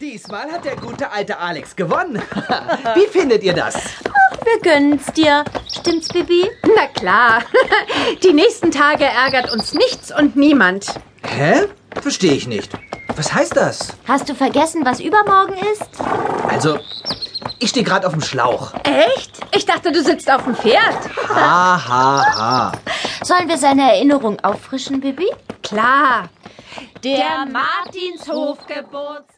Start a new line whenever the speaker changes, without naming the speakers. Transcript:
Diesmal hat der gute alte Alex gewonnen. Wie findet ihr das?
Ach, wir gönnen's dir. Stimmt's, Bibi?
Na klar. Die nächsten Tage ärgert uns nichts und niemand.
Hä? Verstehe ich nicht. Was heißt das?
Hast du vergessen, was übermorgen ist?
Also, ich stehe gerade auf dem Schlauch.
Echt? Ich dachte, du sitzt auf dem Pferd.
Ha, ha, ha.
Sollen wir seine Erinnerung auffrischen, Bibi?
Klar.
Der Martinshof-Geburtstag.